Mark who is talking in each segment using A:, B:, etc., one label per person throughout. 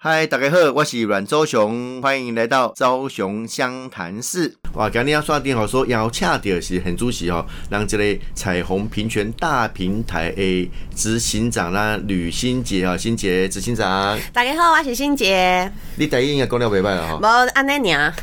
A: 嗨，大家好，我是阮周雄，欢迎来到周雄湘潭市。哇，今天要刷电好说，要恰的是很主席哦，让这类彩虹平权大平台的执行长啦，吕新杰啊，新杰执行长，
B: 大家好，我是欣杰，
A: 你第一应该讲了袂歹啊
B: 无安 尼尔，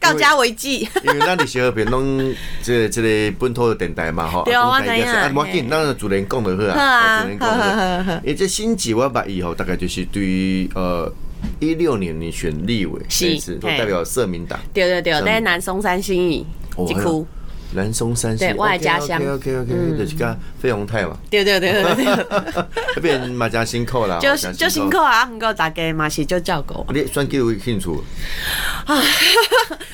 B: 告家为记，
A: 因为咱伫小和平拢即即个本土的电台嘛吼，
B: 对啊
A: 讲台语
B: 我知影
A: 啊，无要紧，咱就主人讲就好
B: 好
A: 啊，
B: 啊
A: 主人，
B: 好
A: 讲就
B: 好
A: 好。
B: 好好，
A: 因为这新几我把以后大概就是对于呃一六年你选立委
B: 是
A: 那一次，都
B: 嘿
A: 代表社民党
B: 对对对，
A: 什么
B: 在南松山新义
A: 哦
B: 一
A: 还有
B: 区，
A: 南松山
B: 对
A: 县，
B: 我的家乡嗯
A: OK OK OK，就是讲费鸿泰嘛，
B: 对对对 对 对，
A: 那边嘛加辛苦啦，
B: 就
A: 真
B: 就辛苦。啊，不过大家嘛是就照顾。
A: 你选举有兴趣？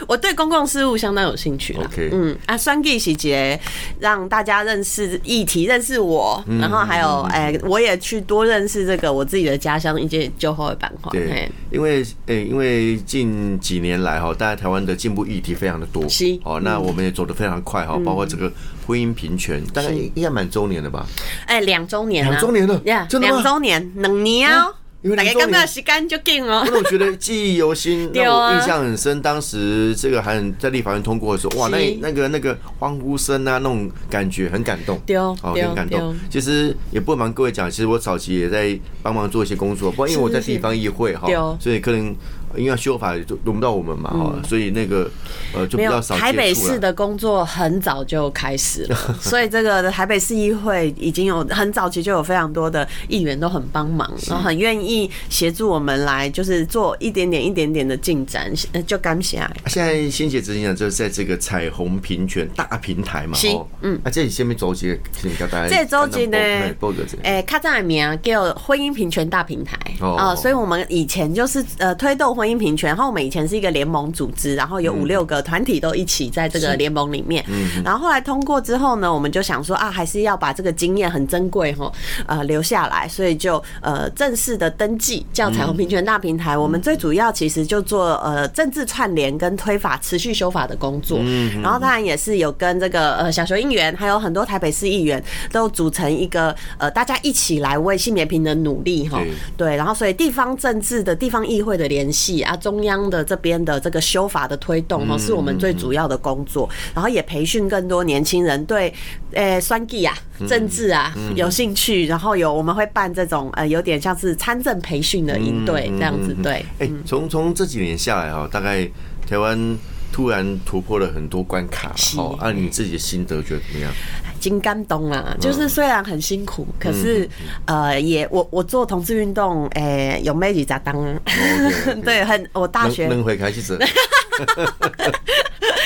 B: 我对公共事务相当有兴趣啦
A: 哦 OK
B: 嗯啊，双 G 喜节让大家认识议题，认识我，
A: 嗯
B: 然后还有哎、我也去多认识这个我自己的家乡一些旧后的板块，
A: 对
B: 嘿，
A: 因为诶、因为近几年来哈，大家台湾的进步议题非常的多，
B: 是嗯
A: 哦，那我们也走得非常快哈，包括这个婚姻平权，大概应该满周年了吧？
B: 哎，两周年啊，
A: 两周年了
B: 呀
A: 真的吗
B: 两周年，两年哦、
A: 因为
B: 大
A: 两周
B: 家感
A: 年
B: 觉时间就紧哦
A: 那。我觉得记忆犹新，
B: 对
A: 让
B: 啊
A: 我印象很深。当时这个还在立法院通过的时候，哇，
B: 是
A: 那那个那个欢呼声啊，那种感觉很感动，
B: 对
A: 哦
B: 哦，对哦
A: 很感
B: 对
A: 动
B: 哦。
A: 其实也不瞒各位讲，其实我早期也在帮忙做一些工作，不过因为我在
B: 是是
A: 地方议会哈
B: 对哦，
A: 所以可能因为修法就轮不到我们嘛哈，所以那个呃就比
B: 没有
A: 较，少
B: 台北
A: 接触
B: 市
A: 了。
B: 的工作很早就开始 了，所以这个台北市议会已经有很早期就有非常多的议员都很帮忙，然后很愿意协助我们来就是做一点点一点点的进展，呃就感谢。
A: 现在新杰执行长就是在这个彩虹平权大平台嘛，
B: 是
A: 哦
B: 嗯，
A: 啊，这里下面周杰，请大家
B: 这周几呢
A: 哎报个这个，
B: 诶，卡赞的名叫婚姻平权大平台
A: 哦
B: 哦、呃所以我们以前就是呃推动婚姻平权，然后我们以前是一个联盟组织，然后有五六个团体都一起在这个联盟里面，然后后来通过之后呢，我们就想说啊，还是要把这个经验很珍贵哈，呃留下来，所以就呃正式的登记叫彩虹平权大平台。我们最主要其实就做呃政治串联跟推法持续修法的工作，然后当然也是有跟这个呃小学应援，还有很多台北市议员都组成一个呃大家一起来为性别平等努力哈
A: 对。
B: 对，然后所以地方政治的地方议会的联系啊，中央的这边的这个修法的推动哈，是我们最主要的工作。然后也培训更多年轻人对，呃，酸计啊、政治啊有兴趣，然后有我们会办这种呃，有点像是参政培训的营队这样子，对。
A: 哎、从从这几年下来哈，大概台湾突然突破了很多关卡，
B: 是
A: 好，按、你自己的心得觉得怎么样？
B: 金甘东啦，就是虽然很辛苦，可是呃，也我我做同志运动，诶、有妹几咋当，啊
A: 哦 OK，OK
B: 对，很我大学
A: 能能回开记 者，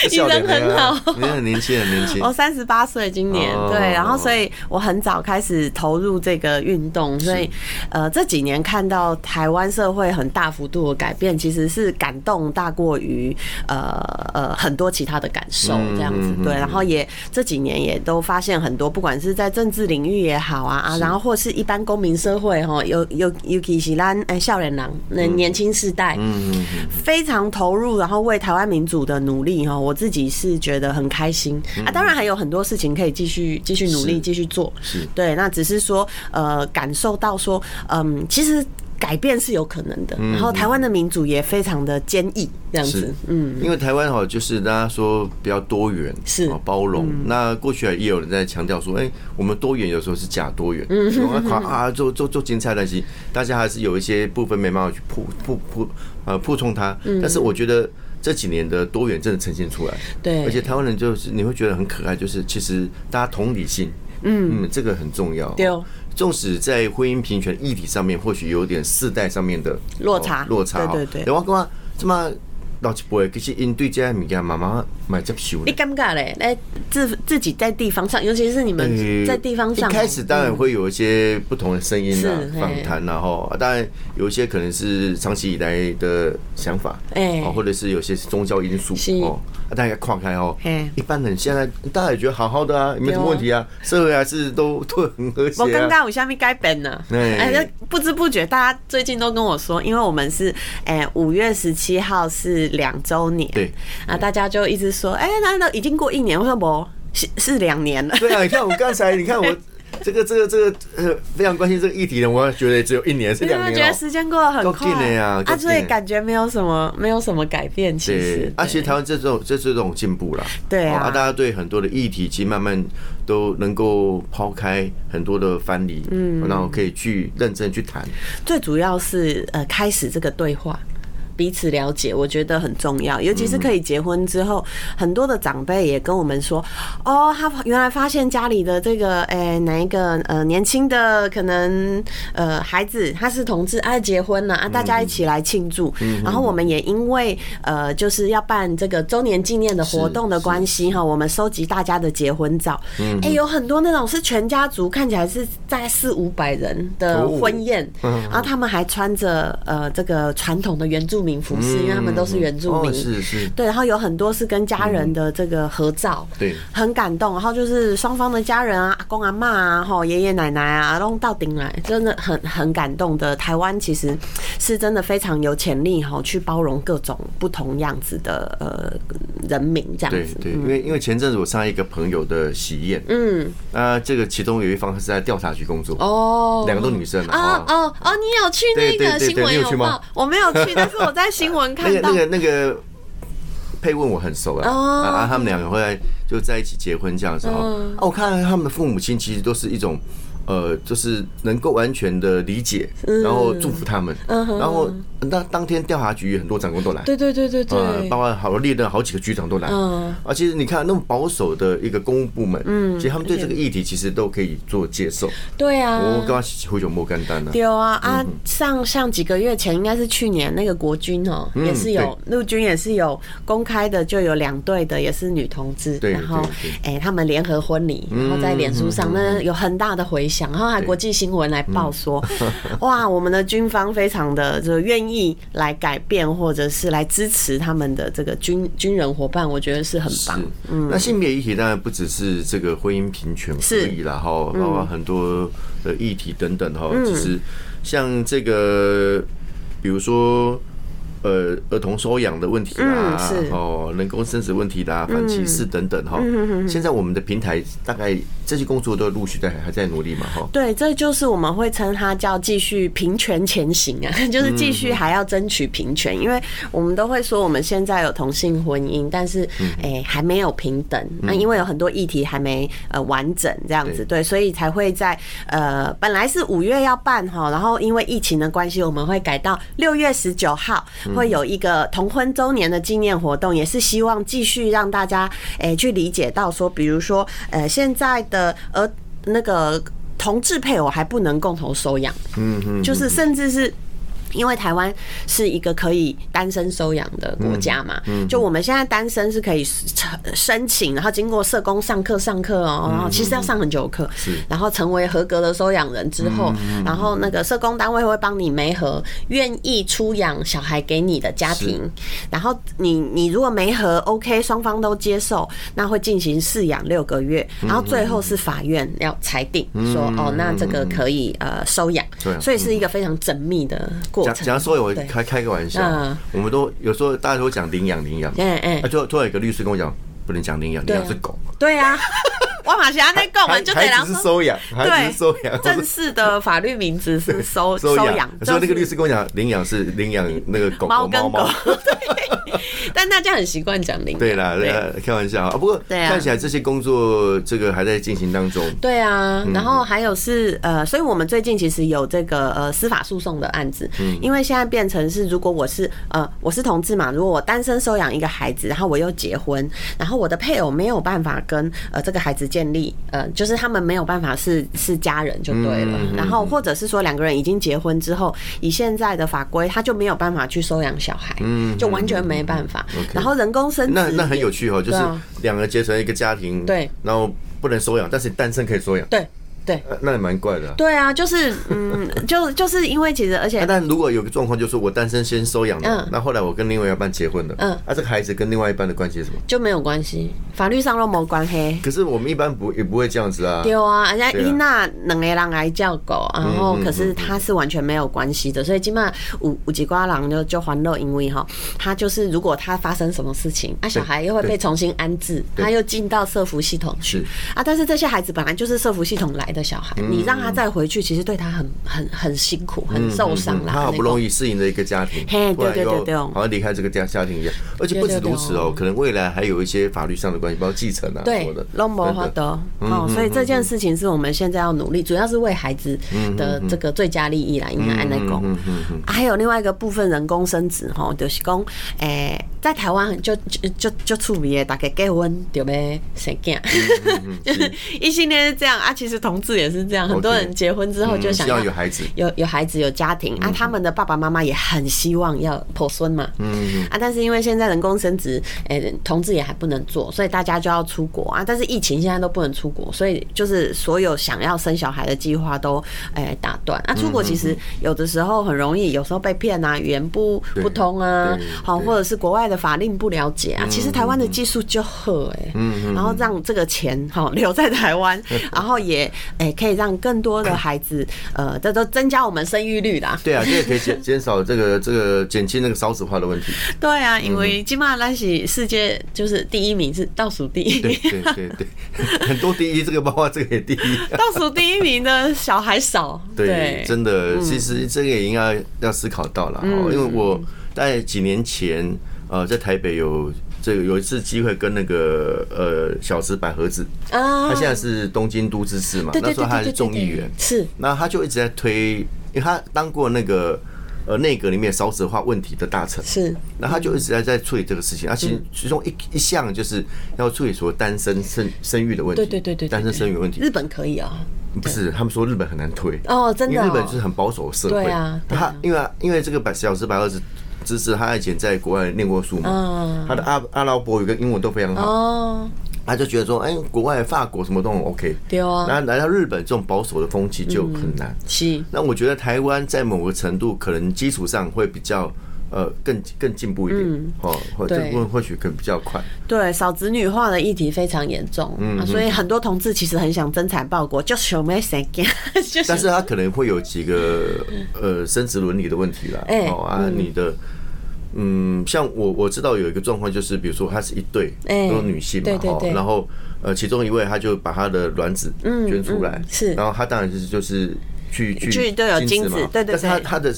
B: 你人很好
A: 啊你很年轻，很年轻
B: 我。哦三十八岁今年，
A: 哦
B: 对，然后所以我很早开始投入这个运动，所以呃这几年看到台湾社会很大幅度的改变，其实是感动大过于呃呃很多其他的感受
A: 嗯
B: 这样子
A: 嗯，
B: 对，
A: 嗯
B: 然后也这几年也都发现很多，不管是在政治领域也好啊啊，然后或是一般公民社会哈，有有尤其是咱哎少年郎那年轻世代，
A: 嗯嗯嗯，
B: 非常投入，然后为台湾民主的努力哈，我自己是觉得很开心啊。当然还有很多事情可以继续继续努
A: 嗯是
B: 力，继续做。
A: 是
B: 对，那只是说呃，感受到说，嗯，其实改变是有可能的。然后台湾的民主也非常的坚毅，这样
A: 嗯是
B: 子，嗯。
A: 因为台湾哈，就是大家说比较多元，
B: 是嗯
A: 哦包容。那过去也有人在强调说，哎，我们多元有时候是假多元，
B: 嗯
A: 我们夸啊做做做精彩，但是大家还是有一些部分没办法去扑扑扑呃扑冲它。
B: 嗯
A: 但是我觉得这几年的多元真的呈现出来，
B: 对
A: 而且台湾人就是你会觉得很可爱，就是其实大家同理心，嗯这个很重要。
B: 对哦
A: 纵使在婚姻平权议题上面，或许有点世代上面的
B: 落差
A: 哦落差哦，
B: 对对对
A: 我讲这么老一辈，其实因对这些物件慢慢买接受的。
B: 你尴尬嘞，哎，自自己在地方上，尤其是你们
A: 呃
B: 在地方上，嗯
A: 一开始当然会有一些不同的声音啊
B: 是、嘿
A: 访谈啊，吼，啊当然有一些可能是长期以来的想法，
B: 哎
A: 啊或者是有些是宗教因素
B: 是
A: 哦，啊大家跨开哦
B: 嘿，哦
A: 一般人现在大家也觉得好好的啊，也没什么问题啊，社会还是都都很和
B: 我
A: 谐
B: 刚
A: 啊，
B: 刚有下面改本呢，
A: 哎
B: 哎，那不知不觉大家最近都跟我说，因为我们是哎五月十七号是两周年，
A: 对
B: 啊，大家就一 直说，哎，那那已经过一年，我说不是是两年了，
A: 对啊，你看我刚才，你看我这个这个这个呃，非常关心这个议题的，我觉得只有一年是
B: 你有
A: 两
B: 没啊有觉
A: 年
B: 得
A: 哦。
B: 时间过得很
A: 够近了
B: 快
A: 呀够
B: 啊，
A: 近
B: 所以感觉没有什么没有什么改变，其
A: 对
B: 实，
A: 啊，其实
B: 对
A: 台湾这种这是这种进步啦。
B: 对
A: 哦
B: 啊
A: 啊，大家对很多的议题其实慢慢都能够抛开很多的藩篱，嗯，然后可以去认真去谈。
B: 最主要是呃，开始这个对话。彼此了解，我觉得很重要，尤其是可以结婚之后，很多的长辈也跟我们说，哦，他原来发现家里的这个，哎、哪一个呃年轻的可能呃孩子他是同志，啊结婚了啊，大家一起来庆祝。然后我们也因为呃就是要办这个周年纪念的活动的
A: 是
B: 关系哈，我们收集大家的结婚照，
A: 嗯
B: 哎、有很多那种是全家族，看起来是大概四五百人的
A: 哦
B: 婚宴。然后他们还穿着呃这个传统的原住民服饰，因为他们都是原住
A: 嗯哦，
B: 民。
A: 是是，
B: 对，然后有很多是跟家人的这个合照，
A: 对
B: 很感动。然后就是双方的家人啊，阿公阿妈啊，吼爷爷奶奶啊，弄到顶来，真的很很感动的。台湾其实是真的非常有潜力吼，去包容各种不同样子的呃人民这样
A: 对
B: 子。
A: 对，因为因为前阵子我参加一个朋友的喜宴，嗯，那这个其中有一方是在调查局工作，
B: 哦，
A: 两个都女生
B: 哦
A: 啊。哦
B: 哦哦，你有去那
A: 对对对
B: 个
A: 对
B: 新闻
A: 你有去吗
B: 报？我没有去，但是我在新闻看
A: 那个
B: 到
A: 那。个那个配问我很熟了，
B: 哦嗯
A: 啊，啊他们两个后来就在一起结婚这样子哦。啊，我看他们父母亲其实都是一种。呃，就是能够完全的理解，
B: 嗯
A: 然后祝福他们，然后那当天调查局很多长官都来，
B: 对对对对对，
A: 嗯，包括好列的好几个局长都来，
B: 嗯
A: 啊，其实你看那么保守的一个公务部门，嗯，其实他们对这个议题其实都可以做接受。
B: 对啊。
A: 我刚刚喝酒莫干单呢，
B: 丢啊啊！
A: 嗯
B: 上上几个月前，应该是去年那个国军哦、
A: 嗯
B: 也是有陆军也是有公开的，就有两队的也是女同志，
A: 对
B: 然后
A: 对嗯
B: 哎、他们联合婚礼，然后在脸书上那有很大的回响，然后还国际新闻来报说，
A: 嗯
B: 哇，我们的军方非常的就愿意来改变或者是来支持他们的这个军军人伙伴，我觉得是很棒。
A: 嗯，那性别议题当然不只是这个婚姻平权而
B: 是嗯
A: 已啦，哈，包括很多的议题等等哈，其实像这个，比如说。呃，儿童收养的问题啦
B: 嗯，是嗯
A: 哦，人工生殖问题啦，反歧视等等哈。现在我们的平台大概这些工作都陆续在还在努力嘛哈。
B: 对，这就是我们会称它叫继续平权前行啊， 就是继续还要争取平权，因为我们都会说我们现在有同性婚姻，但是诶、还没有平等，那、因为有很多议题还没呃完整这样子，对，所以才会在呃本来是五月要办哈，然后因为疫情的关系，我们会改到六月十九号会有一个同婚周年的纪念活动，也是希望继续让大家诶、去理解到说，比如说呃现在的呃。那个同志配偶还不能共同收养，
A: 嗯嗯。
B: 就是甚至是。因为台湾是一个可以单身收养的国家嘛，
A: 嗯
B: 就我们现在单身是可以申请，然后经过社工上课
A: 嗯
B: 上课哦，然后其实要上很久的课，然后成为合格的收养人之
A: 嗯
B: 后，然后那个社工单位会帮你媒合愿意出养小孩给你的家庭，然后你你如果媒合 OK，双方都接受，那会进行试养六个月，
A: 嗯
B: 然后最后是法院要裁定说，哦，那这个可以呃收养
A: 嗯对啊，
B: 所以是一个非常缜密的过
A: 讲
B: 程。
A: 讲到收养，我
B: 对
A: 开开个玩笑
B: 嗯，
A: 我们都有时候大家都讲领养领养，
B: 哎哎
A: 啊，就突然有一个律师跟我讲，不能讲领养，领
B: 对啊
A: 养是狗，
B: 对 啊，我马上在讲
A: 孩
B: 完就得
A: 孩
B: 了
A: 子是。收养，孩子
B: 对
A: 是收养，，
B: 正式的法律名字是收收养，
A: 所以那个律
B: 就是
A: 师跟我讲，领养是领养那个狗
B: 猫
A: 狗
B: 跟
A: 猫
B: 狗
A: 猫。，
B: 对，但大家很习惯讲领养。
A: 对 啦，呃开玩笑啊。不过
B: 对啊
A: 看起来这些工作这个还在进行当中。
B: 对啊，
A: 嗯
B: 然后还有是呃，所以我们最近其实有这个呃司法诉讼的案子，
A: 嗯
B: 因为现在变成是，如果我是呃我是同志嘛，如果我单身收养一个孩子，然后我又结婚，然后我的配偶没有办法跟呃这个孩子建立呃，就是他们没有办法是是家人就对
A: 嗯
B: 了，然后或者是说两个人已经结婚之后，以现在的法规，他就没有办法去收养小孩，
A: 嗯
B: 就完全没办法。然后人工生
A: 那
B: 殖
A: 那很有趣哦，就是
B: 嗯对啊
A: 两个人结成一个家庭，
B: 对，
A: 然后不能收养，但是单身可以收养，
B: 对对
A: 呃那也蛮怪的啊。
B: 对啊，就是嗯，就就是因为其实而且
A: 啊但如果有个状况，就是我单身先收养了
B: 嗯，
A: 那后来我跟另外一半结婚了，
B: 嗯
A: 啊，这个孩子跟另外一半的关系是什么？
B: 就没有关系，法律上都没关系。
A: 可是我们一般不也不会这样子啊，
B: 对啊，人家
A: 对啊
B: 伊娜两个人来叫狗，然后
A: 嗯嗯
B: 可是他是完全没有关系的，所以起码五五几瓜狼就就欢乐，因为哈，他就是如果他发生什么事情，啊小孩又会被重新安置，他又进到社福系统去
A: 是嗯
B: 啊，但是这些孩子本来就是社福系统来的小孩，你让他再回去，其实对他很很很辛苦，很受伤啦。
A: 嗯他好不容
B: 易，
A: 易适应了一个家庭，
B: 嘿对
A: 不然
B: 对对
A: 又
B: 对哦
A: 好像离开这个家家庭一样。而且不止如此
B: 对对
A: 哦
B: 对，哦
A: 可能未来还有一些法律上的关系，包括继承啊什
B: 对
A: 么的，嗯
B: 都没
A: 等
B: 法
A: 等
B: 的哦，所以这件事情是我们现在要努力，主要是为孩子
A: 嗯
B: 的这个最佳利益啦，应该按那讲。啊还有另外一个部分，人工生子吼，就是讲，诶、在台湾就就就就处理的，大概结婚就要生囝，
A: 嗯
B: 就是异性恋是这样啊，其实同志也是这样，很多
A: OK
B: 人结婚之后就
A: 嗯
B: 想
A: 希望有孩子
B: 有有孩子有家庭
A: 嗯
B: 啊，他们的爸爸妈妈也很希望要破孙嘛，嗯啊，但是因为现在人工生殖，诶、同志也还不能做，所以大家就要出国啊，但是疫情现在都不能出国，所以就是所有想要生小孩的计划都诶、打断啊，出国
A: 嗯
B: 其实有的时候很容易，有时候被骗啊，语言不
A: 对
B: 不通啊
A: 对，
B: 好，
A: 对嗯
B: 或者是国外的法令不了解啊，其实台湾的技术就好哎、然后让这个钱哈留在台 湾，然后也哎、可以让更多的孩子呃，这都增加我们生育率啦。
A: 对啊，这也可以 减减少这个这个减轻那个少子化的问题。
B: 对啊，因
A: 嗯
B: 为起码那是世界就是第一名是倒数第一
A: 对
B: 名，
A: 对对 对，很多第一，这个包括这个也第一。
B: 倒数第一名的小孩少，
A: 对，真
B: 嗯
A: 的，其实这个也应该要思考到了，哦因为我在几年前，呃，在台北有这个有一次机会跟那个呃小石百合子，
B: 啊
A: 他现在是东京都知事嘛，
B: 对
A: 那
B: 对
A: 时
B: 对
A: 候他还
B: 对
A: 是
B: 对，
A: 众议员
B: 对，是
A: 那他就一直在推，因为他当过那个呃内阁里面少子化问题的大臣，
B: 是
A: 那他就一直在在处理这个事情，而
B: 嗯
A: 且其中一一项就是要处理所谓单身生生育的问题，
B: 对对对对对
A: 单身生育问题
B: 日本可以啊、
A: 不是他们说日本很难推
B: 哦真的
A: 因为日本
B: 哦
A: 就是很保守的社会，
B: 对啊对
A: 他
B: 啊
A: 因为他因为这个百小时百二十。知识，他以前在国外念过书嘛
B: 嗯，
A: 他的阿阿拉伯语跟英文都非常好，
B: 哦，
A: 他就觉得说，哎，国外法国什么都很 OK，
B: 对啊
A: 那来到日本这种保守的风气就很难，
B: 是
A: 那我觉得台湾在某个程度可能基础上会比较呃更更进步一点，哦，或这
B: 对
A: 部分或许可能比较快。
B: 对，少子女化的议题非常严重，
A: 嗯
B: 啊所以很多同志其实很想增产报国，就想要生囝， 就
A: 但
B: 是
A: 是它可能会有几个呃生殖伦理的问题啦，
B: 嗯哎
A: 哦啊，你的。嗯，像我我知道有一个状况，就是比如说她是一对
B: 哎
A: 都是女性嘛，
B: 对对
A: 哦
B: 对
A: 然后呃，其中一位她就把她的卵子捐出来，
B: 嗯是
A: 然后她当然就是就是去去
B: 去对有精
A: 嘛
B: 子，对对
A: 但是她
B: 对
A: 她的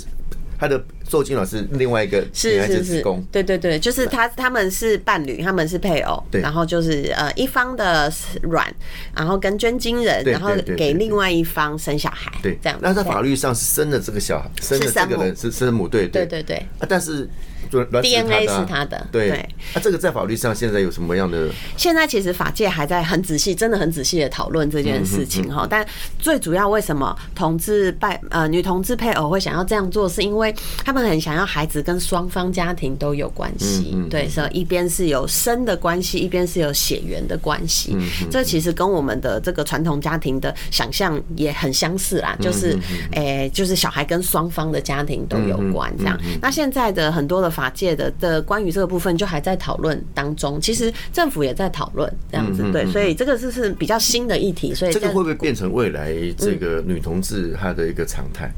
A: 她的受精卵是另外一个女
B: 是
A: 孩子
B: 是
A: 的子
B: 是
A: 宫，，
B: 对对对，就是他他们是伴侣，他们是配偶，
A: 对
B: 然后就是呃一方的卵，然后跟捐精人，
A: 对
B: 然后
A: 对对对
B: 给
A: 对
B: 另外一方生小孩，
A: 对，
B: 这样。
A: 那在
B: 对
A: 法律上是生了这个小孩，生了
B: 是
A: 这
B: 生
A: 个人
B: 母
A: 是生母，对
B: 对
A: 对
B: 对对，
A: 啊，但是卵卵子
B: DNA
A: 啊
B: 是他的
A: 对
B: 对。
A: 那这个在法律上现在有什么样的？
B: 现在其实法界还在很仔细，真的很仔细的讨论这件事情哈。但最主要为什么同志拜呃女同志配偶会想要这样做，是因为他们很想要孩子跟双方家庭都有关系，对，所以一边是有生的关系，一边是有血缘的关系。这其实跟我们的这个传统家庭的想象也很相似啦，就是诶、就是小孩跟双方的家庭都有关这样。
A: 嗯
B: 那现在的很多的法界的的关于这个部分就还在讨论当中，其实政府也在讨论这样子，
A: 嗯
B: 对，所以这个是是比较新的议题，所以嗯
A: 这个
B: 在
A: 会不会变成未来这个女同志她的一个常态？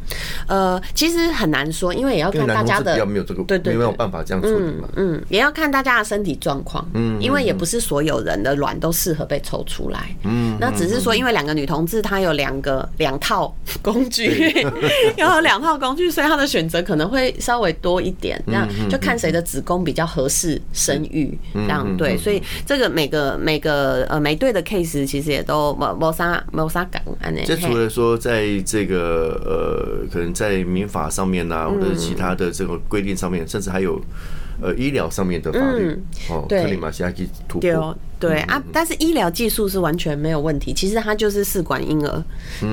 B: 呃，其实很难说，因为也要
A: 因为
B: 看大
A: 男同
B: 家
A: 志比较
B: 的
A: 没有这个，
B: 对对
A: 没有
B: 对
A: 办法这样处理嘛。
B: 嗯，也要看大家的身体状况，嗯，因为也不是所有人的卵都适合被抽出来，嗯，那只是说，因为两个女同志她有两个两套工具， 然后两套工具，所以她的选择可能会稍微多一点，那就看谁的子宫比较合适生育，这样对，所以这个每个每个呃每对的 case 其实也都没没啥没啥港安尼，
A: 这
B: 嘿
A: 除了说在这个呃，可能在民法上面呐、或者是
B: 嗯
A: 其他的这个规定上面，甚至还有呃医疗上面的法律、哦，
B: 嗯对
A: 克里马西亚可以突
B: 对
A: 破
B: 哦，。对
A: 嗯
B: 啊，但是医疗技术是完全没有问题。其实它就是试管婴儿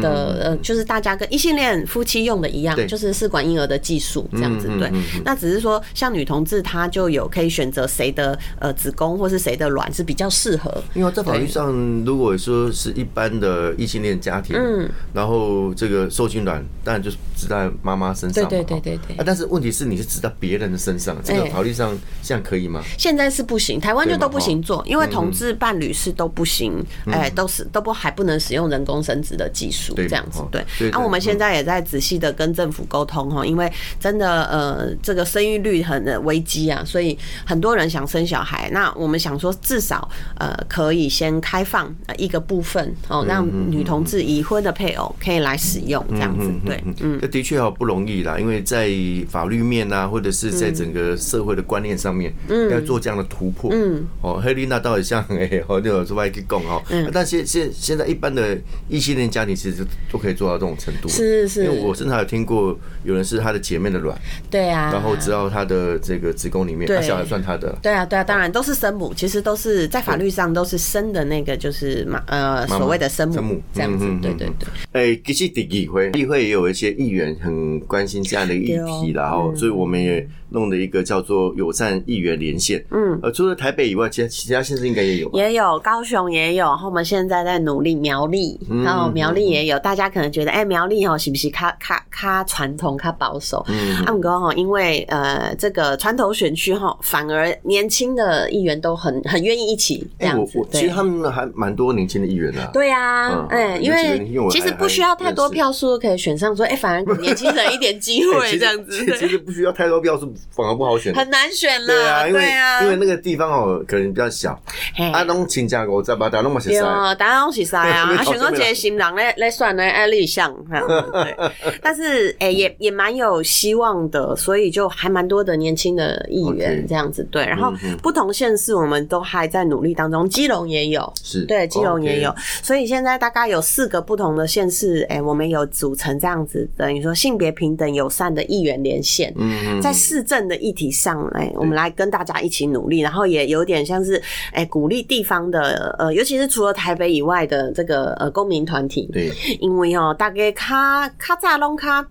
B: 的，呃，就是大家跟异性恋夫妻用的一样
A: 嗯对，
B: 就是试管婴儿的技术这样子
A: 嗯嗯。
B: 对
A: 嗯，
B: 那只是说像女同志，她就有可以选择谁的呃子宫或是谁的卵是比较适合。
A: 因为在法律上，如果说是一般的异性恋家庭，
B: 嗯
A: 然后这个受精卵当然就是只在妈妈身上嘛，
B: 对对
A: 哈
B: 对对对
A: 啊，但是问题是你是指在别人的身上，这个
B: 哎
A: 法律上这样可以吗？
B: 现在是不行，台湾就
A: 对嘛
B: 都不行做，因为
A: 嗯
B: 同志伴侣是都不行，哎、都是都不还不能使用人工生殖的技术
A: 对
B: 这样子
A: 哦，
B: 对
A: 对。
B: 啊，
A: 对
B: 我们现在也在仔细的跟政府沟通哈，因为真的呃，这个生育率很呃危机啊，所以很多人想生小孩，那我们想说至少呃可以先开放呃一个部分哦，
A: 嗯
B: 让女同志已婚的配偶可以来使用这样子，对，
A: 嗯，这的确好不容易啦，因为在法律面啊，或者是在整个社会的观念上面，
B: 嗯
A: 要做这样的突破。嗯，哦，黑丽娜到底像哎，哦，那种之外去供哦，
B: 嗯
A: 但现现现在一般的异性恋家庭其实都可以做到这种程度。
B: 是是
A: 因为我甚至还有听过有人是她的姐妹的卵，
B: 对啊。
A: 然后只要她的这个子宫里面，
B: 对
A: 她小孩算她的。
B: 对啊，对啊，当然都是生母，其实都是在法律上都是生的那个，就是嘛呃
A: 妈
B: 所谓的生
A: 生母
B: 母这样子
A: 嗯嗯嗯，
B: 对对对，
A: 哎、其实第议会，议会也有一些议员很关心这样的议
B: 哦
A: 题啦，然后、
B: 嗯
A: 所以我们也弄了一个叫做友善议员连线。嗯，呃，除了台北以外，其他其他县市应该也有吧。
B: 也有高雄也有，然后我们现在在努力苗栗，
A: 嗯
B: 然后苗栗也有，大家可能觉得哎、苗栗哦是不是较较较传统较保守？
A: 嗯
B: 啊，不过哈，因为呃这个传统选区哈，反而年轻的议员都很很愿意一起这
A: 哎、
B: 样
A: 我
B: 子
A: 我，其
B: 对
A: 实。他们还蛮多年轻的议员啊。
B: 对呀、
A: 嗯
B: 啊，哎、
A: 嗯
B: 因
A: 有几个呃因为我
B: 为其实
A: 还
B: 不需要太
A: 还
B: 多
A: 认识
B: 票数可以选上，说哎、反而给年轻人一点机
A: 哎，
B: 会
A: 其
B: 这样
A: 实
B: 子。
A: 其
B: 对
A: 实其实不需要太多票，是反而不好选。
B: 很难选啦，
A: 对啊，因为、
B: 啊，
A: 因为那个地方哦，可能比较小，
B: 嘿
A: 啊，拢亲家五十八大拢嘛是
B: 对
A: 塞。
B: 啊，当然拢是塞 啊，
A: 没
B: 啊，
A: 搞
B: 想讲
A: 错
B: 一个新人咧咧选咧爱立项，哈 对。但是诶、也也蛮有希望的，所以就还蛮多的年轻的议
A: OK
B: 员这样子对。然后
A: 嗯
B: 不同县市我们都还在努力当中，基隆也有，
A: 是
B: 对，基隆也有
A: OK，
B: 所以现在大概有四个不同的县市，哎、我们有组成这样子，等于说性别平等友善的议员连线，
A: 嗯，嗯
B: 在市政的议题上，哎、我们来跟大家一起努力，然后也有点像是哎、鼓励地方的呃，尤其是除了台北以外的这个呃公民团体，
A: 对，
B: 因为哦、大概卡卡扎隆卡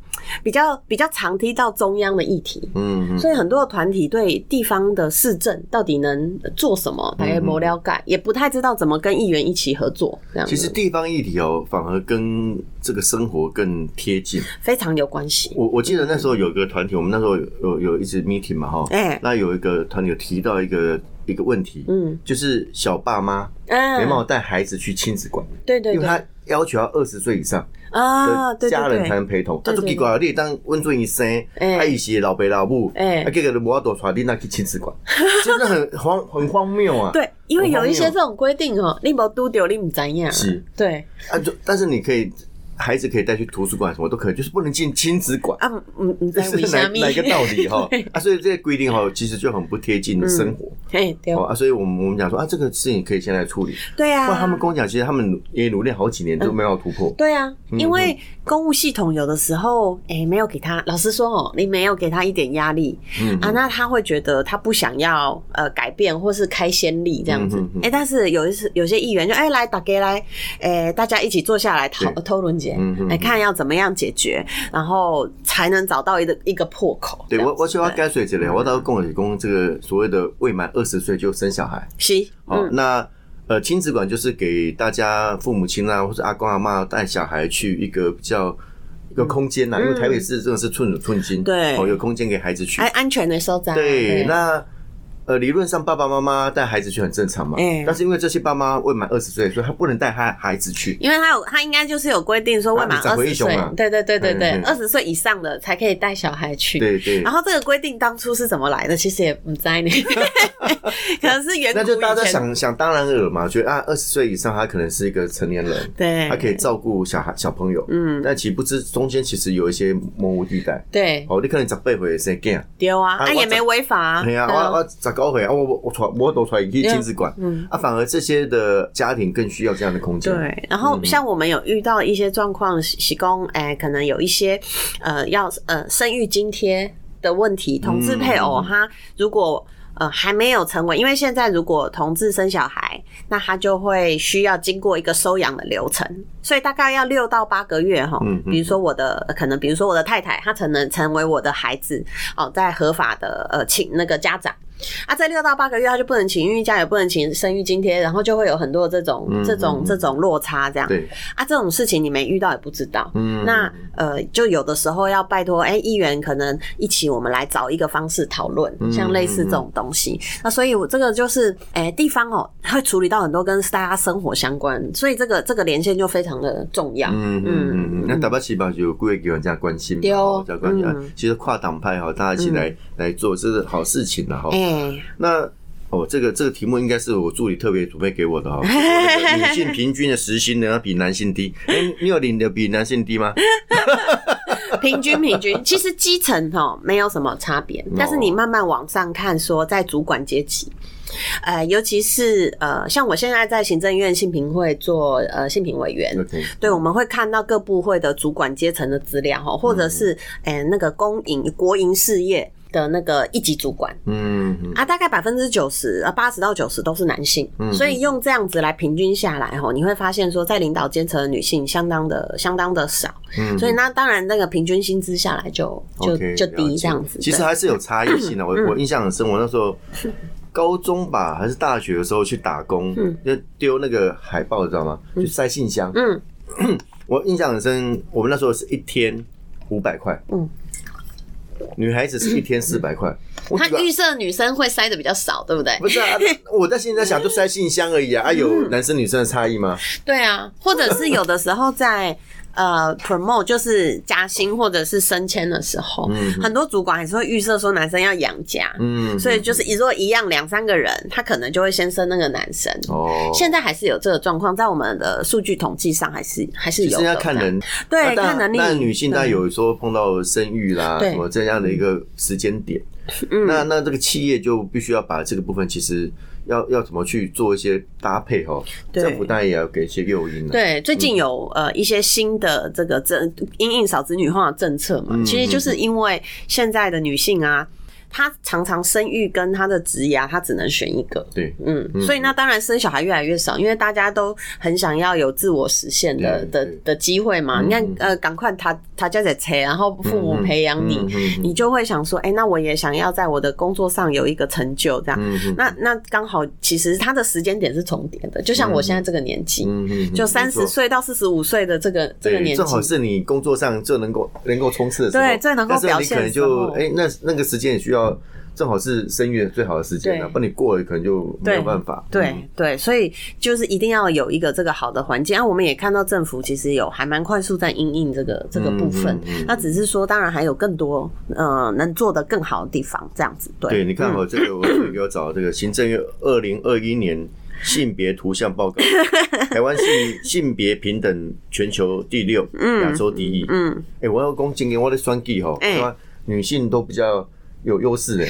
B: 比较比较常听到中央的议题。
A: 嗯嗯，
B: 所以很多的团体对地方的市政到底能做什
A: 嗯
B: 么，大概没了解，也不太知道怎么跟议员一起合作，这样
A: 其实
B: 子
A: 地方议题哦，反而跟这个生活更贴近。
B: 非常有关系。
A: 我我记得那时候有一个团体，我们那时候有有有一次 meeting 嘛哈，
B: 哎
A: 那有一个团体有提到一个一个问题，
B: 嗯
A: 就是小爸妈没办
B: 嗯，
A: 法带孩子去亲子馆，
B: 对对
A: 因为
B: 对
A: 他要求要二十岁以上
B: 啊，
A: 的
B: 对
A: 家
B: 对
A: 人
B: 对
A: 才，能陪同。他
B: 对
A: 说
B: 对
A: 奇
B: 对
A: 怪，你当温尊医生，啊
B: 哎
A: 他以前老爸老母，
B: 哎
A: 啊，这个无法多传你那去亲子 馆，真的很荒很荒谬啊。
B: 对，因为
A: 很
B: 有
A: 荒
B: 一些
A: 谬
B: 这种规定哦，你没丢丢，你不怎样。
A: 是，
B: 对
A: 啊，就但是你可以，孩子可以带去图书馆，什么都可以，就是不能进亲子馆。
B: 啊，嗯嗯，
A: 这
B: 在
A: 是
B: 为
A: 哪
B: 什么？？
A: 哪一个道理哈
B: 对
A: 啊，所以这个规定哈，其实就很不贴近生活、
B: 嘿，对
A: 哦啊，所以我们我们讲说啊，这个事情可以现在处理。
B: 对
A: 不然他们
B: 啊，嗯
A: 跟我讲，其实他们也努力好几年都没有突破。
B: 对啊，
A: 嗯
B: 因为公务系统有的时候，哎，没有给他，老实说哦，你没有给他一点压力
A: 嗯
B: 啊，那他会觉得他不想要呃改变或是开先例这样子
A: 嗯哼哼。
B: 哎，但是有一次有些议员就哎来打给来，哎大家一起坐下来讨
A: 对
B: 讨论节
A: 嗯哼，
B: 哎
A: 哼
B: 看要怎么样解决，然后才能找到一个一个破口。
A: 对
B: 这样
A: 我，我
B: 子
A: 希望
B: 对
A: 该水之类，我到共理工这个所谓的未满二十岁就生小孩，
B: 是，
A: 好、
B: 嗯，
A: 那呃亲子馆就是给大家父母亲啊或者阿公阿妈带小孩去一个比较一个空间呐、啊因为台北市真的是寸土寸金，
B: 嗯对
A: 哦有空间给孩子去
B: 安，安全的收在啊
A: 对，那呃，理论上爸爸妈妈带孩子去很正常嘛，
B: 哎
A: 但是因为这些爸妈未满二十岁，所以他不能带他孩子去。
B: 因为他有他应该就是有规定说未满
A: 啊你长
B: 二
A: 回
B: 十
A: 一雄
B: 岁
A: 啊，
B: 对对对对对
A: 嗯嗯，
B: 二十岁以上的才可以带小孩去。
A: 对对
B: 然，后这个规定当初是怎么来的？其实也不 在呢，可能是远古
A: 那就大家
B: 以前
A: 想想当然尔嘛，觉得啊，二十岁以上他可能是一个成年人，
B: 对，
A: 他可以照顾小孩小朋友，嗯，但其实不知中间其实有一些模糊地带。
B: 对
A: 哦，你可能十八岁生囝，
B: 丢啊，
A: 啊
B: 他
A: 我
B: 也没违法啊，
A: 哎呀，
B: 对啊嗯
A: 我我十九岁，啊我我我传我都传去亲子馆，啊，反而这些的家庭更需要这样的嗯空间。
B: 对，然后像我们有遇到一些状况，喜工哎，可能有一些呃要呃生育津贴的问题，同志配偶
A: 嗯
B: 他如果。呃，还没有成为，因为现在如果同志生小孩，那他就会需要经过一个收养的流程，所以大概要六到八个月哈。
A: 嗯嗯
B: 比如说我的可能，比如说我的太太，她才能成为我的孩子哦，在合法的呃请那个家长。啊，在六到八个月他就不能请孕假，也不能请生育津贴，然后就会有很多这种、
A: 嗯
B: 这种
A: 嗯、
B: 这种落差这样。
A: 对，
B: 啊，这种事情你没遇到也不知道。
A: 嗯，
B: 那呃，就有的时候要拜托，哎、议员可能一起我们来找一个方式讨论，
A: 嗯
B: 像类似这种东西。那所以我这个就是，哎、地方哦、会处理到很多跟大家生活相关，所以这个这个连线就非常的重要。
A: 嗯嗯嗯嗯，那台北市吧就有几位议员这样关心嘛，
B: 对哦
A: 吼这样关心啊
B: 嗯。
A: 其实跨党派哈，大家一起来来做，这是好事情了哈。
B: 哎、
A: 那哦，这个这个题目应该是我助理特别准备给我的 哈、哦。那个女性平均的时薪呢，要比男性低。哎、你有领的比男性 低吗？
B: 哎平均平均，其实基层哦没有什么差别，
A: 哦
B: 但是你慢慢往上看，说在主管阶级。呃，尤其是呃，像我现在在行政院性平会做呃性平委员，
A: OK，
B: 对，我们会看到各部会的主管阶层的资料哈，或
A: 嗯
B: 者是诶、那个公营国营事业的那个一级主管
A: 嗯嗯
B: 啊，大概百分之九十啊八十到九十都是男性，所
A: 嗯
B: 以用这样子来平均下来哈，你会发现说在领导阶层的女性相当的相当的少，
A: 嗯
B: 所以那当然那个平均薪资下来就就
A: OK，
B: 就
A: 了
B: 低
A: 解
B: 这样子。
A: 其实啊
B: 对嗯
A: 还是有差异性的、我我印象很深，我那时 候高中吧还是大学的时候去打工，就丢那个海报，你知道吗？就塞信箱。
B: 嗯，
A: 我印象很深，我们那时候是一天五百块，
B: 嗯，
A: 女孩子是一天四百块。我
B: 他
A: 这个
B: 预设女生会塞的比较少，对不对？
A: 不是啊，我在心里在想，就塞信箱而 已啊，啊有男生女生的差异吗？
B: 对啊，或者是有的时候在呃 promote 就是加薪或者是升迁的时候，很多主管还是会预设说男生要养家，
A: 嗯，
B: 所以就是一若一样两三个人，他可能就会先生那个男生。
A: 哦，
B: 现在还是有这个状况，在我们的数据统计上还是还是有
A: 现
B: 的。
A: 在看人，啊
B: 对
A: 那当然
B: 看能力
A: 那女性她有时候碰到生育啦，
B: 对嗯
A: 什么这样的一个时间点，那那这个企业就必须要把这个部分其实。要要怎么去做一些搭配哦？
B: 对
A: 政府当然也要给一些诱因了。
B: 对，最
A: 嗯
B: 近有呃一些新的这个政因应少子女化的政策嘛，
A: 嗯
B: 其实就是因为现在的女性啊，她常常生育跟她的职涯，她只能选一个。
A: 对，
B: 嗯，所以那当然生小孩越来越少，因为大家都很想要有自我实现的
A: 对
B: 的
A: 对嗯
B: 的机会嘛。你看，呃，赶快他他家在催，然后父母培养你，
A: 嗯嗯嗯
B: 你就会想说，哎、那我也想要在我的工作上有一个成就，这样。
A: 嗯嗯
B: 那那刚好，其实他的时间点是重叠的，就像我现在这个年纪，
A: 嗯嗯，嗯
B: 就三十，岁到四十五岁的这个这个
A: 没
B: 年
A: 错对，正好
B: 纪，
A: 是你工作上最能够能够冲刺的时候，
B: 对最能够
A: 那时候
B: 表
A: 你
B: 现
A: 可能
B: 的时
A: 就
B: 候
A: 哎，那那个时间也需要，正好是生育的最好的时间了，啊
B: 对
A: 不然你过了可能就没有办法。嗯
B: 对对，所以就是一定要有一个这个好的环境。啊，我们也看到政府其实有还蛮快速在应应这个这个部分，
A: 嗯嗯嗯
B: 那只是说当然还有更多呃能做得更好的地方，这样子对。
A: 对，你看好这个，我有给我找这个行政院二零二一年性别图像 报告，台湾性性别平等全球第六，亚洲第一。
B: 嗯，
A: 哎，我要讲今年我的双计吼，
B: 哎
A: 对吧？女性都比较有优势的，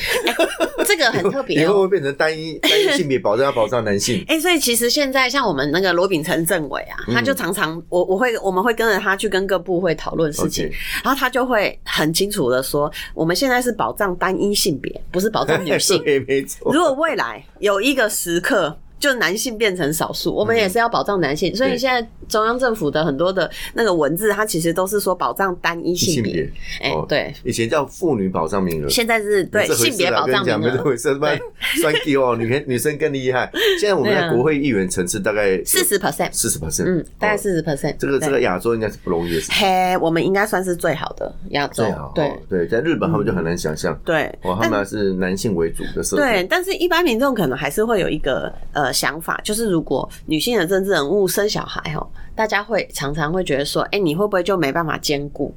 B: 这个很特
A: 以
B: 别
A: 后
B: 哦。
A: 会变成单一单一性别保障，要保障男性。
B: 哎、所以其实现在像我们那个罗秉成政委啊，他就常常我我会我们会跟着他去跟各部会讨论事情
A: OK
B: 然后他就会很清楚的说，我们现在是保障单一性别，不是保障 女 性。
A: 对，没错。
B: 如果未来有一个时刻，就男性变成少数，我们也是要保障男
A: 嗯
B: 性。所以现在中央政府的很多的那个文字，它其实都是说保障单一性别。，哎、
A: 哦
B: 对，
A: 以前叫妇女保障名额，
B: 现在是对
A: 没这回事啊
B: 性别保障
A: 跟
B: 名
A: 你讲没这
B: 额
A: 回事，他妈算 Q 哦，女女生更厉害。现在我们
B: 对
A: 的
B: 啊
A: 国会议员层次大概
B: 四十 percent，
A: 四十 percent，
B: 嗯，大概四十 percent。
A: 哦这个这
B: 对
A: 个，亚洲应该是不容易的事，
B: 嘿，我们应该算是最好的亚洲
A: 最好，
B: 对嗯
A: 对，在日本他们就很难想象，
B: 对。
A: 哇，他们还是男性为主的社
B: 对
A: 会，，
B: 但是一般民众可能还是会有一个呃想法，就是如果女性的政治人物生小孩哦，大家会常常会觉得说，哎、你会不会就没办法兼顾？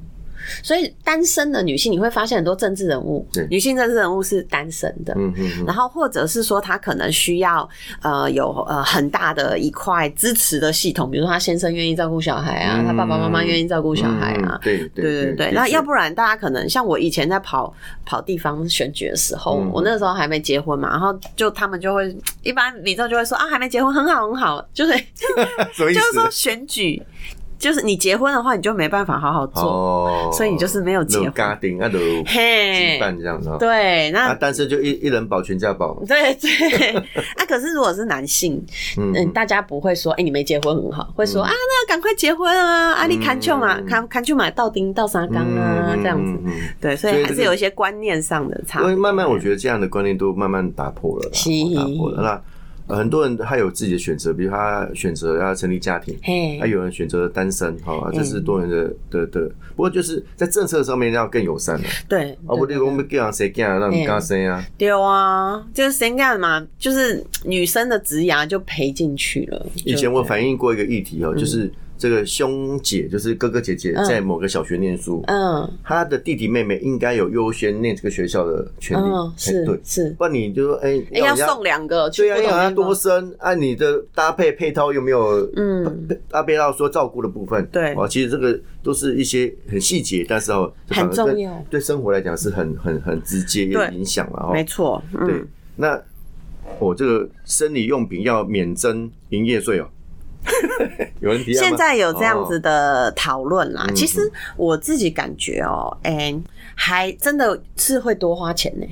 B: 所以单身的女性，你会发现很多政治人物
A: 对，
B: 女性政治人物是单身的。
A: 嗯嗯嗯，
B: 然后，或者是说，她可能需要呃有呃很大的一块支持的系统，比如说她先生愿意照顾小孩啊，
A: 嗯
B: 她爸爸妈妈愿意照顾小孩啊
A: 嗯，对对
B: 对对对，那
A: 的确
B: 要不然大家可能像我以前在跑跑地方选举的时候，
A: 嗯
B: 我那时候还没结婚嘛，然后就他们就会 一般民众就会说啊，还没结婚很好很好，就是
A: 什么意
B: 就是说
A: 思？
B: 选举就是你结婚的话，你就没办法好好做，
A: 哦，
B: 所以你就是没有结婚
A: 有家庭啊，有
B: 嘿
A: 羁，绊这样子哦。
B: 对，那
A: 啊，单身就一一人保全家保，
B: 对对， 啊，可是如果是男性，
A: 嗯
B: 嗯，大家不会说，哎、你没结婚很好，会说、啊，那赶快结婚啊，啊，你看穷啊
A: 嗯，
B: 看看穷买到丁到沙缸啊，这样子，
A: 嗯。嗯嗯
B: 对，所以
A: 所以
B: 还
A: 这
B: 是
A: 个
B: 有一些观念上的差
A: 因为
B: 别。
A: 慢慢，我觉得这样的观念都慢慢打破了啦，
B: 是
A: 打破了。那呃很多人他有自己的选择，比如他选择要成立家庭，
B: 嘿
A: 还，有人选择单身，哈、这是多元的的的。不过就是在政策上面要更友善了。
B: 对，
A: 啊，不，
B: 对
A: 你讲要叫人谁干，让你干谁啊？
B: 对啊，就是先干嘛，就是女生的职涯就赔进去了。
A: 以前
B: 就
A: 我反映过一个议题哦，就是这个兄姐，就是哥哥姐姐
B: 嗯
A: 在某个小学念书，
B: 嗯
A: 他的弟弟妹妹应该有优先念这个学校的权利。
B: 嗯
A: 哎
B: 是
A: 对，
B: 是，
A: 不然你就说哎，
B: 哎、要送两个去
A: 对
B: 不
A: 啊，
B: 同
A: 要
B: 地
A: 让他
B: 方，
A: 多生，按、你的搭配配套有没有？
B: 嗯，
A: 搭配到说照顾的部分，
B: 对
A: 哦，其实这个都是一些很细节，但是哦，
B: 很
A: 反而对
B: 重要
A: 对生活来讲是很很很直接有
B: 对
A: 影响了
B: 没
A: 哦。
B: 错，
A: 对
B: 嗯，，
A: 那我、哦、这个生理用品要免征营业税哦， 有人提案吗
B: 现在有这样子
A: 哦
B: 的讨论啦。
A: 嗯
B: 其实我自己感觉哦、哎、还真的是会多花钱呢、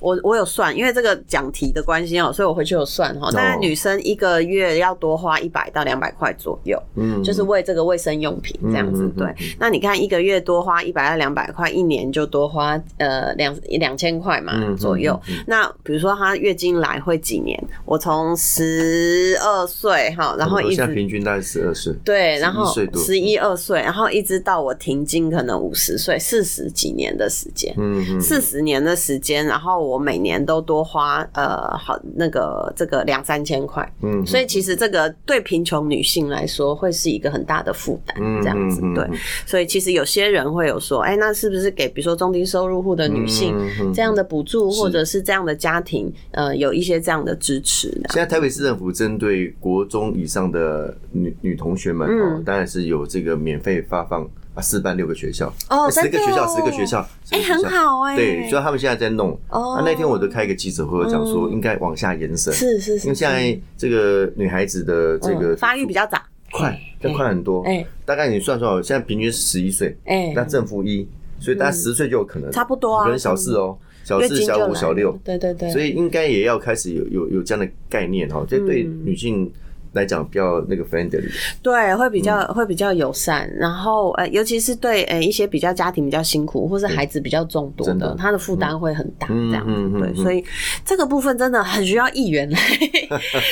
B: 我我有算，因为这个讲题的关系哦、所以我回去有算哈、大概女生一个月要多花一百到两百块左右，
A: 嗯
B: 就是为这个卫生用品这样子。
A: 嗯嗯嗯
B: 对，那你看一个月多花一百到两百块，一年就多花呃两两千块嘛
A: 嗯嗯
B: 左右。那比如说她月经来会几年？我从十二岁哈，然后
A: 我
B: 一
A: 哦现在
B: 直。
A: 平均大概十二岁，
B: 对，然
A: 11
B: 后
A: 岁多嗯
B: 十一二岁，然后一直到我停经，可能五十岁，四十几年的时间，
A: 嗯嗯，
B: 四十年的时间，然后我每年都多花呃好那个这个两三千块，
A: 嗯，
B: 所以其实这个对贫穷女性来说会是一个很大的负担，
A: 嗯
B: 这样子
A: 嗯嗯
B: 对
A: 嗯。
B: 所以其比如说其实有些人会有说，哎，那是不是给比如说中低收入户的女性
A: 嗯嗯嗯
B: 这样的补助，
A: 是
B: 或者是这样的家庭，呃，有一些这样的支持呢？
A: 现在台北市政府针对国中以上的女女同学们、哦，
B: 嗯
A: 当然是有这个免费发放啊，四班六个学校，
B: 哦
A: 哎十个
B: 真的哦
A: 学校，十个学校，
B: 哎，
A: 10个
B: 很
A: 学校。
B: 好哎，
A: 对，所以他们现在在弄。
B: 哦
A: 啊，那天我就开一个记者会，我讲说
B: 嗯
A: 应该往下延伸，
B: 是是是，
A: 因为现在这个女孩子的这个嗯
B: 嗯发育比较早，
A: 快，要快很多。
B: 哎
A: 大概你算算哦，现在平均十一岁，
B: 哎，嗯
A: 那正负一，所以大概十岁就有可能，
B: 差不多啊
A: 可能小四哦，小
B: 月
A: 四、
B: 经
A: 小
B: 就
A: 五、
B: 来
A: 小六
B: 了，对对对，
A: 所以应该也要开始有有有这样的概念哈，这对
B: 嗯
A: 女性来讲比较那个 friendly。
B: 对，会比较、
A: 嗯
B: 会比较友善，然后呃，尤其是对呃一些比较家庭比较辛苦，或是孩子比较众多
A: 真
B: 的
A: 的，
B: 他的负担会很大，
A: 嗯
B: 这样子。
A: 嗯嗯嗯
B: 对，所以这个部分真的很需要议员 来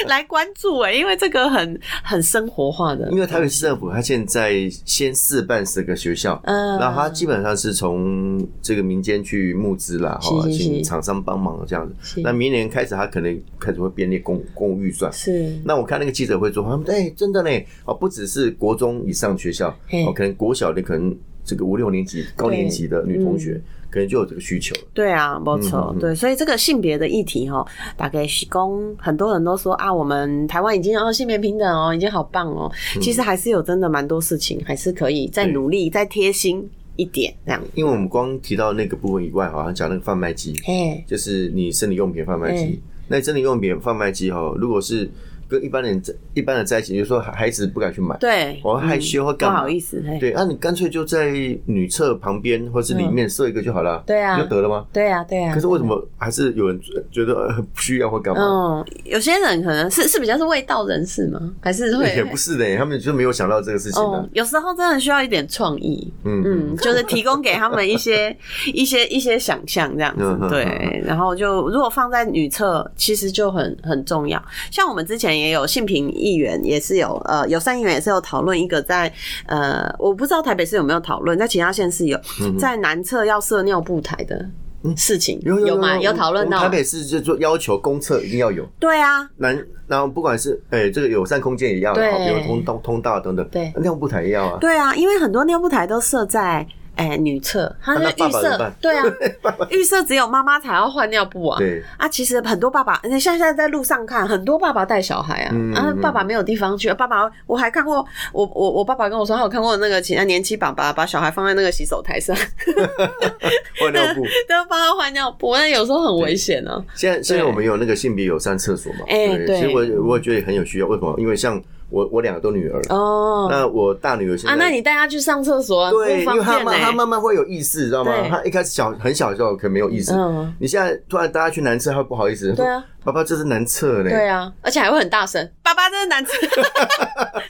B: 来关注哎、因为这个很很生活化的，
A: 因为台北市政府它现在先试办十个学校，
B: 嗯，
A: 然后它基本上是从这个民间去募资啦，
B: 是
A: 哈，
B: 是是
A: 请厂商帮忙这样子
B: 是。
A: 那明年开始，它可能开始会编列公公务预算。
B: 是
A: 那我看那个记者会说，他们哎，真的呢，哦，不只是国中以上学校，
B: 嘿
A: 哦，可能国小的可能这个五六年级、高年级的女同
B: 嗯
A: 学，可能就有这个需求了。
B: 对啊，没错，
A: 嗯嗯嗯
B: 对，所以这个性别的议题哈，大概是公很多人都说啊，我们台湾已经哦性别平等哦，已经好棒哦，
A: 嗯
B: 其实还是有真的蛮多事情还是可以再
A: 对
B: 努力、再贴心一点这样。
A: 因为我们光提到那个部分以外，好像讲那个贩卖机，
B: 嘿，
A: 就是你生理用品贩卖机
B: 嗯。
A: 那生理用品贩卖机哈，如果是跟一般人在一般人在一起，就是说孩子不敢去买，
B: 对，嗯
A: 我害羞或
B: 不
A: 干嘛
B: 好意思，嘿，
A: 对，那、你干脆就在女厕旁边或是里面设一个就好了，
B: 对啊
A: 不就得了吗？
B: 对啊，对啊。
A: 可是为什么还是有人觉得呃不需要或干嘛？
B: 嗯，有些人可能是是比较是味道人士吗？还是会
A: 也不是啊的，他们就没有想到这个事情
B: 哦
A: 呢。，
B: 有时候真的需要一点创意，
A: 嗯
B: 嗯，就是提供给他们一些 一些一些想象这样
A: 嗯嗯
B: 子，对。然后就如果放在女厕，其实就很很重要。像我们之前也有性平议员，也是有呃有三议员也是有讨论一个在呃我不知道台北市有没有讨论，在其他县市有
A: 嗯
B: 在男厕要设尿布台的事情，
A: 有有
B: 吗？有
A: 我
B: 讨论
A: 我
B: 到
A: 们
B: 吗
A: 台？北市就就要求公厕一定要有，
B: 对啊，
A: 男，然后不管是哎、这个友善空间也要，
B: 对
A: 然后比如通道、通道等等，
B: 对
A: 尿布台也要啊。
B: 对啊，因为很多尿布台都设在哎、女厕，它是
A: 那爸
B: 预
A: 爸怎么
B: 设
A: 办，
B: 对啊，预设只有妈妈才要换尿布啊。
A: 对，
B: 啊，其实很多爸爸，你像现在在路上看，很多爸爸带小孩啊，
A: 嗯
B: 啊
A: 嗯，
B: 爸爸没有地方去，爸爸我还看过，我我我爸爸跟我说，他有看过那个其他年轻爸爸把小孩放在那个洗手台上，
A: 换尿布。
B: 都帮他换尿布，那有时候很危险啊。
A: 现在现在我们有那个性别友善厕所嘛？
B: 哎
A: 其实
B: 对
A: 我我也觉得很有需要。为什么？因为像我我两个都女儿，
B: 哦
A: 那我大女儿现
B: 啊，
A: 在
B: 那你带她去上厕所
A: 对，因
B: 不
A: 为
B: 方
A: 他
B: 便欸
A: 慢他
B: 呢。
A: 慢慢会有意识，知道吗？
B: 对
A: 他一开始小很小的时候可能没有意识，
B: 嗯
A: 你现在突然带他去男厕，他会不好意思。
B: 对啊，
A: 爸爸这是男厕呢。
B: 对啊，而且还会很大声，爸爸真是 难吃，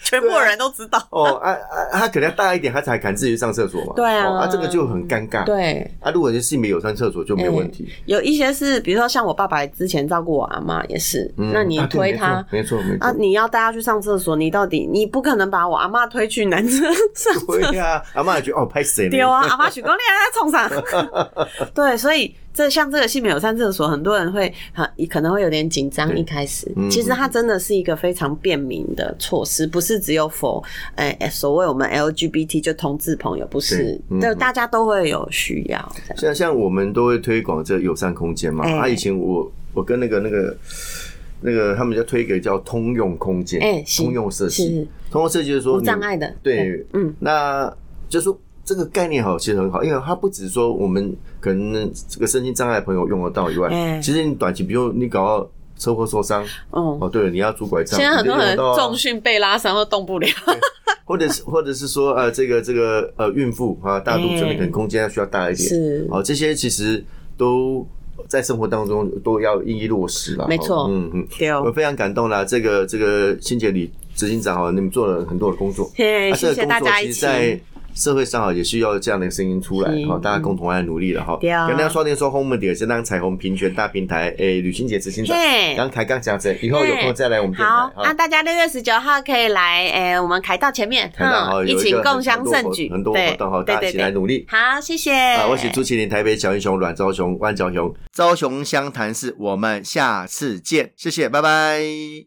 B: 全部人都知道。
A: 哦，啊啊，他可能要大一点，他才敢自己去上厕所嘛。
B: 对啊
A: 哦啊，这个就很尴尬。
B: 对，
A: 啊，如果是性别友善厕所就没有问题。
B: 有一些是，比如说像我爸爸之前照顾我阿妈也是，
A: 嗯
B: 那你
A: 啊对
B: 推他
A: 没错没错。没错
B: 啊，你要带他去上厕所，你到底你不可能把我阿妈推去男厕上 厕所
A: 对呀，阿妈也觉得哦，拍谁
B: 丢啊！阿妈许光你还在冲上， 对，所以这像这个性别友善厕所，很多人会很可能会有点紧张
A: 对
B: 一开始
A: 嗯。
B: 其实它真的是一个非常便民的措施，不是只有否哎、哎所谓我们 LGBT 就同志朋友，不是
A: 对，嗯
B: 对，大家都会有需要。这样
A: 像像我们都会推广这个友善空间嘛。
B: 哎
A: 啊，以前我我跟那个那个那个他们就推一个叫通用空间，
B: 哎是
A: 通用设
B: 是
A: 计，通用设计就是说
B: 无
A: 你
B: 障碍的，
A: 对，
B: 嗯，
A: 那就说这个概念好，其实很好，因为它不只说我们可能这个身心障碍的朋友用得到以外，
B: 哎
A: 其实你短期，比如你搞到车祸受伤，
B: 哦、
A: 哦，对，你要拄拐杖，
B: 现在很多
A: 你
B: 人
A: 就用得到啊
B: 重训被拉伤都动不了，
A: 或 者是或者是说呃，这个这个呃，孕妇啊，大肚子
B: 哎
A: 可能空间要需要大一点，
B: 是
A: 哦，这些其实都。在生活当中都要一一落实了，
B: 没错
A: 哦嗯嗯，
B: 对
A: 我
B: 哦。
A: 非常感动啦。这个这个新杰里执行长哦，你们做了很多的工作，
B: 嘿，
A: 啊，这个
B: 谢哎谢
A: 工
B: 大
A: 作
B: 家
A: 其
B: 一
A: 实
B: 起。
A: 在社会上啊，也需要这样的声音出来
B: 是
A: 好，大家共同来努力了哈。
B: 对啊
A: 跟大家说明说，我们的是让彩虹平权大平台诶，吕欣杰执行长，
B: 嘿
A: 刚才刚讲这，以后有空再来我们电台
B: 好，那
A: 哈。
B: 大家六月十九号可以来，诶、我们凯道前面，
A: 台大哈，
B: 嗯，
A: 有
B: 一
A: 个
B: 起
A: 很
B: 共享
A: 很多
B: 盛
A: 活
B: 举，
A: 很多活动哈，
B: 对
A: 大家一
B: 对哎
A: 起来
B: 对对，
A: 努力。
B: 好，谢谢。
A: 啊，我是朱麒麟，台北小英雄阮昭雄、万昭雄，昭雄湘潭市，我们下次见，谢谢，拜拜。